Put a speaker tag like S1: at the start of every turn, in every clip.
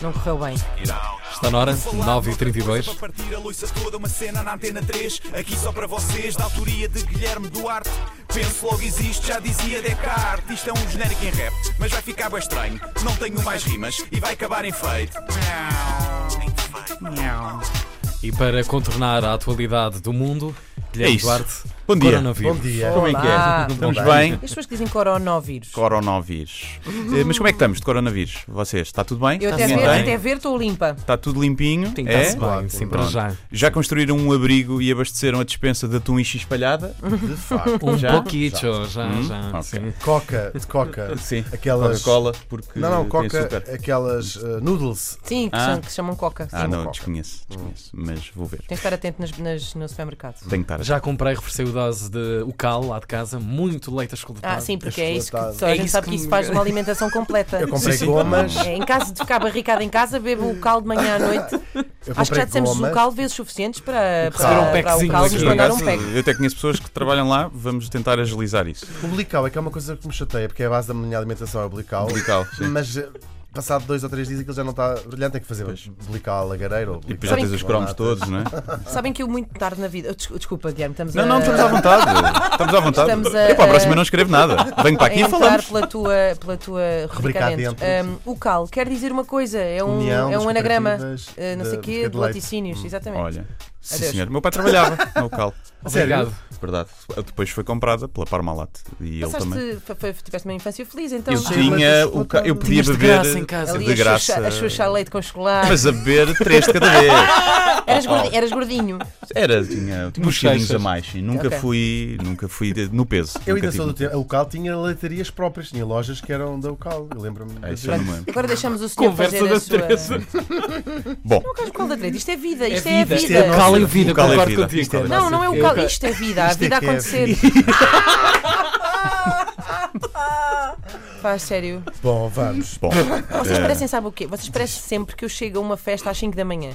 S1: Não correu bem.
S2: Está na hora, 9h32.
S3: Para partir a louça toda, uma cena na antena 3, aqui só para vocês, da autoria de Guilherme Duarte. Penso logo existe, já dizia Descartes. Isto é um genérico em rap, mas vai ficar bem estranho. Não tenho mais rimas e vai acabar em feito.
S2: E para contornar a atualidade do mundo, Guilherme
S3: É isso.
S2: Duarte,
S3: Bom dia.
S2: coronavírus.
S4: Bom dia.
S3: Como é que
S1: Olá.
S3: é? Estamos bem?
S1: E as pessoas que dizem coronavírus?
S3: Coronavírus. Eh, Mas como é que estamos de coronavírus? Vocês, está tudo bem?
S1: Eu até
S3: Ninguém
S1: ver,
S3: tem?
S1: até ver estou limpa.
S3: Está tudo limpinho?
S2: Sim,
S3: é?
S2: está-se bem, sim, para
S3: Pronto.
S2: já.
S3: Já construíram um abrigo e abasteceram a dispensa de atum e espalhada?
S4: De facto.
S2: Um
S3: Já?
S2: pouquinho, já, já.
S3: Hum? Ok.
S2: sim.
S4: Coca, de coca.
S3: Sim.
S4: Aquelas-
S3: Coca-Cola, porque
S4: Não, não,
S3: tem
S4: coca,
S3: açúcar.
S4: aquelas eh, noodles.
S1: Sim, que,
S3: Ah.
S1: são- que se chamam coca.
S3: Ah,
S1: sim.
S3: não,
S4: Coca. Uhum.
S3: desconheço, desconheço, mas vou ver.
S1: Tens de estar atento nas, nas- no supermercado.
S3: Tenho que estar.
S2: Já comprei, reforcei o dose de o cal lá de casa, muito leite achocolatado.
S4: Tá,
S1: Ah, sim, porque é isso que
S4: Chocolatado.
S1: só a
S2: É
S1: gente
S2: isso
S1: sabe
S2: que
S1: que isso
S2: me-
S1: faz uma alimentação completa.
S4: Eu comprei
S3: sim.
S4: gomas.
S1: É, em caso de ficar barricada em casa, bebo o caldo de manhã à noite.
S4: Eu
S1: Acho que já
S4: comprei
S1: dissemos o
S4: gomas.
S1: caldo vezes suficientes para,
S2: Receber um
S1: para, para o
S2: packzinho
S1: caldo nos
S2: aqui.
S1: mandar um
S3: Por
S1: pack.
S3: acaso, eu até conheço pessoas que trabalham lá, vamos tentar agilizar isso.
S4: O blical é que é uma coisa que me chateia, porque é a base da minha alimentação é o blical.
S3: Blical, sim.
S4: Mas eh, passado dois ou três dias aquilo já não está brilhante, tem que fazer blical lagareiro. ou
S3: E
S4: blical
S3: depois já
S1: Sabem
S3: tens
S1: que-
S3: os cromos
S4: batata.
S3: todos, não é?
S1: Sabem que eu muito tarde na vida. Eu des- Desculpa, Guilherme, estamos
S3: Não,
S1: a.
S3: não, estamos à vontade. Estamos à vontade.
S1: Estamos a-
S3: Eu para a próxima não escrevo nada. Venho para
S1: a
S3: aqui e
S1: entrar
S3: falamos.
S1: pela tua, pela tua rubrica
S4: Rubrica
S1: adentro.
S4: adentro.
S1: Um, o cal quer dizer uma coisa, é um,
S4: União
S1: é
S4: das
S1: um anagrama,
S4: cooperativas
S1: uh, não
S4: da
S1: sei o quê,
S4: Pesca de
S1: de
S4: leite.
S3: Hum.
S1: laticínios, exatamente.
S3: Olha, sim
S1: Adeus.
S3: senhor. Meu pai trabalhava no local,
S4: Sério?
S2: Obrigado.
S3: verdade. Depois foi comprada pela Parmalat e ele também.
S1: Passaste, fa- fa- tiveste uma infância feliz, então.
S3: Eu
S4: Sim,
S3: tinha
S4: mas
S3: o ca- eu podia
S2: Tinhas de
S3: beber
S2: graça em casa.
S1: Ali
S3: de
S1: a
S3: graça.
S1: chuchar- a chuchar leite com chocolate.
S3: Mas Oh. a beber três de cada vez.
S1: eras, gordi- eras gordinho.
S3: Era, tinha, tinha uns
S2: Bochechas.
S3: quilinhos a mais. E nunca
S1: Ok.
S3: fui, nunca fui de- no peso.
S4: Eu
S3: nunca
S4: ainda sou
S3: tive
S4: do tempo. A local tinha leitarias próprias, tinha lojas que eram da local. Eu lembro-me.
S3: Ah, isso
S4: das-
S3: eu não me lembro.
S1: Agora deixamos o senhor
S2: Conversa
S1: fazer
S2: da
S1: a sua.
S2: Teresa.
S3: Bom,
S1: Não, Carlos, qual da treta? Isto é vida, isto é,
S2: É vida,
S1: a
S4: isto
S1: vida.
S4: é nosso.
S2: Cal em vida,
S3: O cal é
S2: concordo
S3: vida.
S2: contigo.
S4: Isto é
S1: Não, não é o
S2: Eu-
S1: cal, isto é vida, há a
S4: Isto é
S1: vida a
S4: que é
S1: acontecer. Faz sério.
S4: Bom, vamos.
S3: bom.
S1: Vocês
S3: eh,
S1: parecem, sabe o quê? Vocês parecem sempre que eu chego a uma festa às 5 da manhã.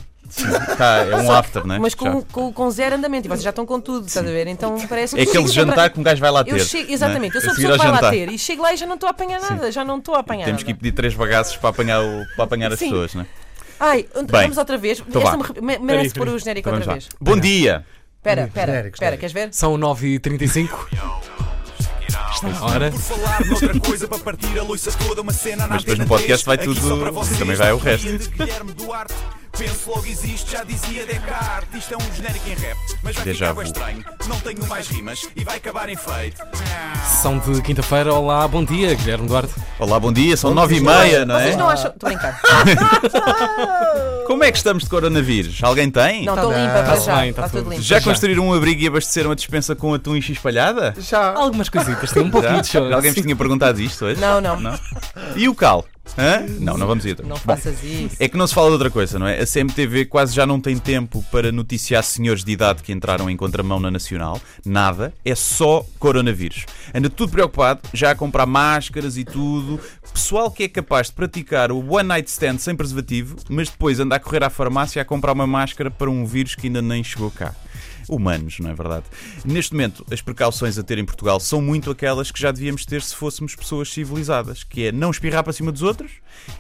S3: tá, é um after, não é?
S1: Mas com,
S3: Já.
S1: com, com zero andamento, e vocês já estão com tudo, estás a ver? Então parece que
S3: É
S1: eu
S3: aquele
S1: chego sempre a-
S3: jantar que um gajo vai lá ter.
S1: Eu chego,
S3: não é?
S1: exatamente, eu sou
S3: A
S1: a
S3: seguir
S1: pessoa que vai
S3: ao
S1: lá
S3: jantar.
S1: ter e chego lá e já não estou a apanhar nada, já não estou a apanhar
S3: Temos que
S1: nada.
S3: ir pedir três bagaços para apanhar, o, para apanhar as
S1: Sim.
S3: pessoas, não é?
S1: Ai, vamos outra vez.
S3: então vá.
S1: Esta me re- me- merece pôr o genérico
S3: Então vamos
S1: outra
S3: lá.
S1: vez.
S3: Bom dia!
S1: Espera, espera,
S4: Genérico,
S1: espera,
S4: genérico.
S1: queres ver?
S2: São 9h35. Está na hora.
S5: Por falar noutra coisa para partir a louça toda, uma cena na
S3: Mas depois
S5: antena
S3: no podcast
S5: 3,
S3: vai
S5: aqui
S3: tudo-
S5: só para vocês,
S3: também vai o resto.
S5: de Guilherme Duarte. Penso logo existe, já dizia Descartes. Isto é um genérico em rap, mas vai
S3: Déjà
S5: ficar
S3: vu.
S5: bem estranho. Não tenho mais rimas e vai acabar em Ah, feito.
S2: Sessão de quinta-feira. Olá, bom dia, Guilherme Duarte.
S3: Olá, bom dia, são nove e meia, não é?
S1: Vocês não acham. Estou a brincar.
S3: Como é que estamos de coronavírus? Alguém tem?
S1: Não, estou
S4: bem,
S1: limpa para
S4: tá-se
S1: já.
S2: bem, tá
S1: Está tudo
S2: tudo.
S1: limpo.
S3: Já
S2: Já.
S3: construíram um abrigo e abasteceram a dispensa com atum e espalhada?
S4: Já.
S2: Algumas coisitas, tem um pouquinho de show.
S3: Alguém vos tinha perguntado isto hoje?
S1: Não, não, não,
S3: E o cal? Hã? Não, não vamos ir. Bom,
S1: faças isso.
S3: É que não se fala de outra coisa, não é? A CMTV quase já não tem tempo para noticiar senhores de idade que entraram em contramão na Nacional. Nada. É só coronavírus. Anda tudo preocupado, já a comprar máscaras e tudo. Pessoal que é capaz de praticar o one night stand sem preservativo, mas depois anda a correr à farmácia a comprar uma máscara para um vírus que ainda nem chegou cá. Humanos, não é verdade? Neste momento, as precauções a ter em Portugal são muito aquelas que já devíamos ter se fôssemos pessoas civilizadas, que é não espirrar para cima dos outros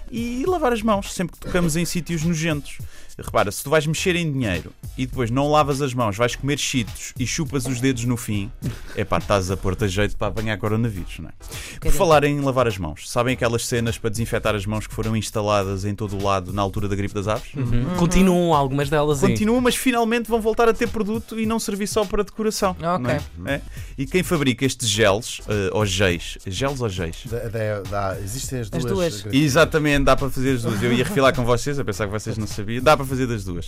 S3: e lavar as mãos sempre que tocamos em sítios nojentos. Repara, se tu vais mexer em dinheiro e depois não lavas as mãos, vais comer cheetos e chupas os dedos no fim, é pá, estás a pôr-te a jeito para apanhar coronavírus, não é? Por falar em lavar as mãos, sabem aquelas cenas para desinfetar as mãos que foram instaladas em todo o lado na altura da gripe das aves?
S2: Hum, Continuam algumas delas em.
S3: Continuam, mas finalmente vão voltar a ter produto e não servir só para decoração.
S1: Ok.
S3: não é? É? E quem fabrica estes gels, eh, ou géis, gels ou géis?
S4: Da- da- da- existem as
S1: As
S4: duas.
S1: duas.
S3: Exatamente, dá para fazer as duas. Eu ia refilar com vocês, a pensar que vocês não sabiam. Dá para fazer das duas.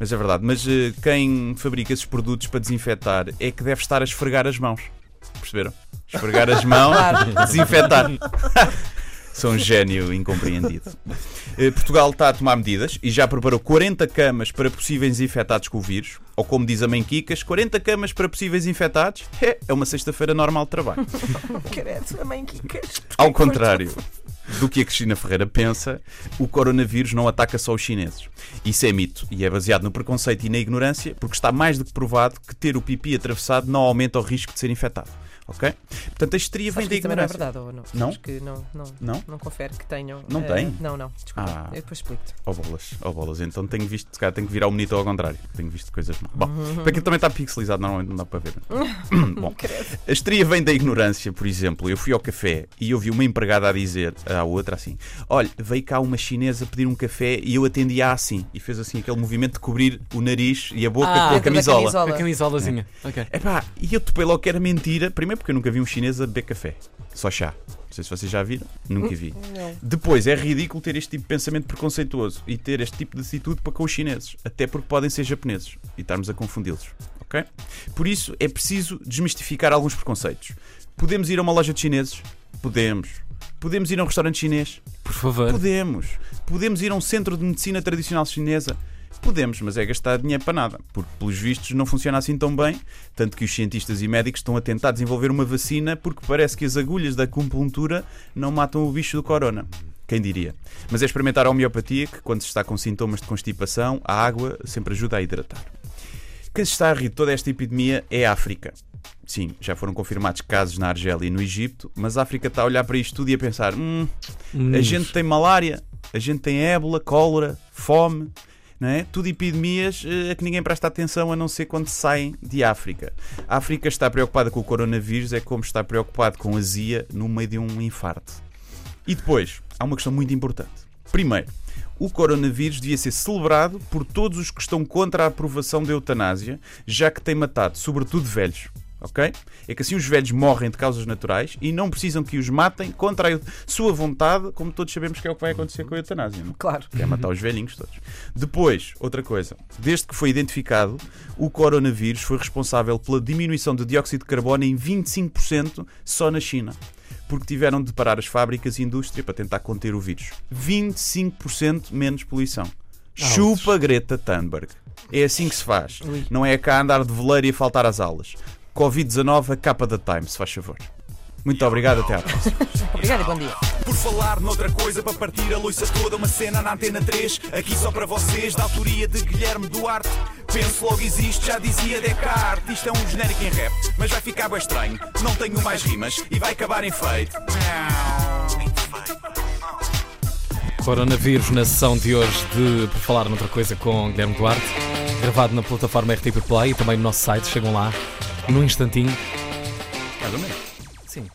S3: Mas é verdade. Mas eh, quem fabrica esses produtos para desinfetar é que deve estar a esfregar as mãos. Perceberam? Esfregar as mãos, desinfetar. Sou um gênio incompreendido. Eh, Portugal está a tomar medidas e já preparou 40 camas para possíveis infectados com o vírus. Ou como diz a mãe Kikas, 40 camas para possíveis infectados é é uma sexta-feira normal de trabalho.
S1: Credo, a mãe Kikas.
S3: Ao contrário do que a Cristina Ferreira pensa, o coronavírus não ataca só os chineses. Isso é mito e é baseado no preconceito e na ignorância, porque está mais do que provado que ter o pipi atravessado não aumenta o risco de ser infectado. Ok? Portanto, a histeria
S1: Sabes
S3: vem
S1: que
S3: da
S1: isso também não é
S3: ignorância.
S1: verdade, ou não?
S3: Não?
S1: Acho que não, não,
S3: Não?
S1: não confere que tenham.
S3: Não
S1: eh,
S3: tem?
S1: Não, não, desculpa.
S3: Ah.
S1: Eu depois explico-te.
S3: Oh bolas, oh bolas, então tenho visto, se calhar tenho que virar o monitor ao contrário, tenho visto coisas mal. Bom, porque aquilo também está pixelizado, normalmente não dá para ver. Bom, a estria vem da ignorância, por exemplo. Eu fui ao café e ouvi uma empregada a dizer à outra assim: Olha, veio cá uma chinesa pedir um café e eu atendi a assim. E fez assim aquele movimento de cobrir o nariz e a boca
S2: Ah,
S3: com a
S1: dentro da
S3: camisola.
S2: A camisolazinha. Ok.
S3: Epá, e eu topei logo que era mentira. Primeiro porque eu nunca vi um chinês a beber café. Só chá. Não sei se vocês já viram. Nunca vi. Depois, é ridículo ter este tipo de pensamento preconceituoso e ter este tipo de atitude para com os chineses. Até porque podem ser japoneses e estarmos a confundi-los. Ok? Por isso, é preciso desmistificar alguns preconceitos. Podemos ir a uma loja de chineses? Podemos. Podemos ir a um restaurante chinês?
S2: Por favor.
S3: Podemos. Podemos ir a um centro de medicina tradicional chinesa? Podemos, mas é gastar dinheiro para nada, porque pelos vistos não funciona assim tão bem, tanto que os cientistas e médicos estão a tentar desenvolver uma vacina porque parece que as agulhas da acupuntura não matam o bicho do corona. Quem diria? Mas é experimentar a homeopatia, que quando se está com sintomas de constipação, a água sempre ajuda a hidratar. Quem se está a rir de toda esta epidemia é a África. Sim, já foram confirmados casos na Argélia e no Egito, mas a África está a olhar para isto tudo e a pensar: hum, a
S2: Meninos.
S3: gente tem malária, a gente tem ébola, cólera, fome, não é? tudo epidemias eh, a que ninguém presta atenção a não ser quando saem de África. A África está preocupada com o coronavírus, é como está preocupado com a azia no meio de um infarto. E depois, há uma questão muito importante. Primeiro, o coronavírus devia ser celebrado por todos os que estão contra a aprovação da eutanásia, já que tem matado, sobretudo, velhos. Ok? É que assim os velhos morrem de causas naturais e não precisam que os matem contra a eu- sua vontade, como todos sabemos que é o que vai acontecer com a eutanásia. Não?
S1: Claro.
S3: Que é matar os velhinhos todos. Depois, outra coisa. Desde que foi identificado, o coronavírus foi responsável pela diminuição de dióxido de carbono em 25% só na China. Porque tiveram de parar as fábricas e a indústria para tentar conter o vírus. 25% menos poluição. Chupa Greta Thunberg. É assim que se faz. Não é cá andar de veleiro e faltar às aulas. Covid-19, a capa da Time, se faz favor. Muito obrigado, até à próxima.
S1: Obrigado e bom dia.
S5: Por falar noutra coisa, para partir a louça toda, uma cena na Antena 3, aqui só para vocês, da autoria de Guilherme Duarte. Penso logo existe, já dizia Descartes, isto é um genérico em rap, mas vai ficar bem estranho, não tenho mais rimas e vai acabar em Ah, feito.
S2: Coronavírus na sessão de hoje de Por Falar Noutra Coisa com Guilherme Duarte, gravado na plataforma RTP Play e também no nosso site. Chegam lá num instantinho.
S3: Mais ou menos.
S2: Sim.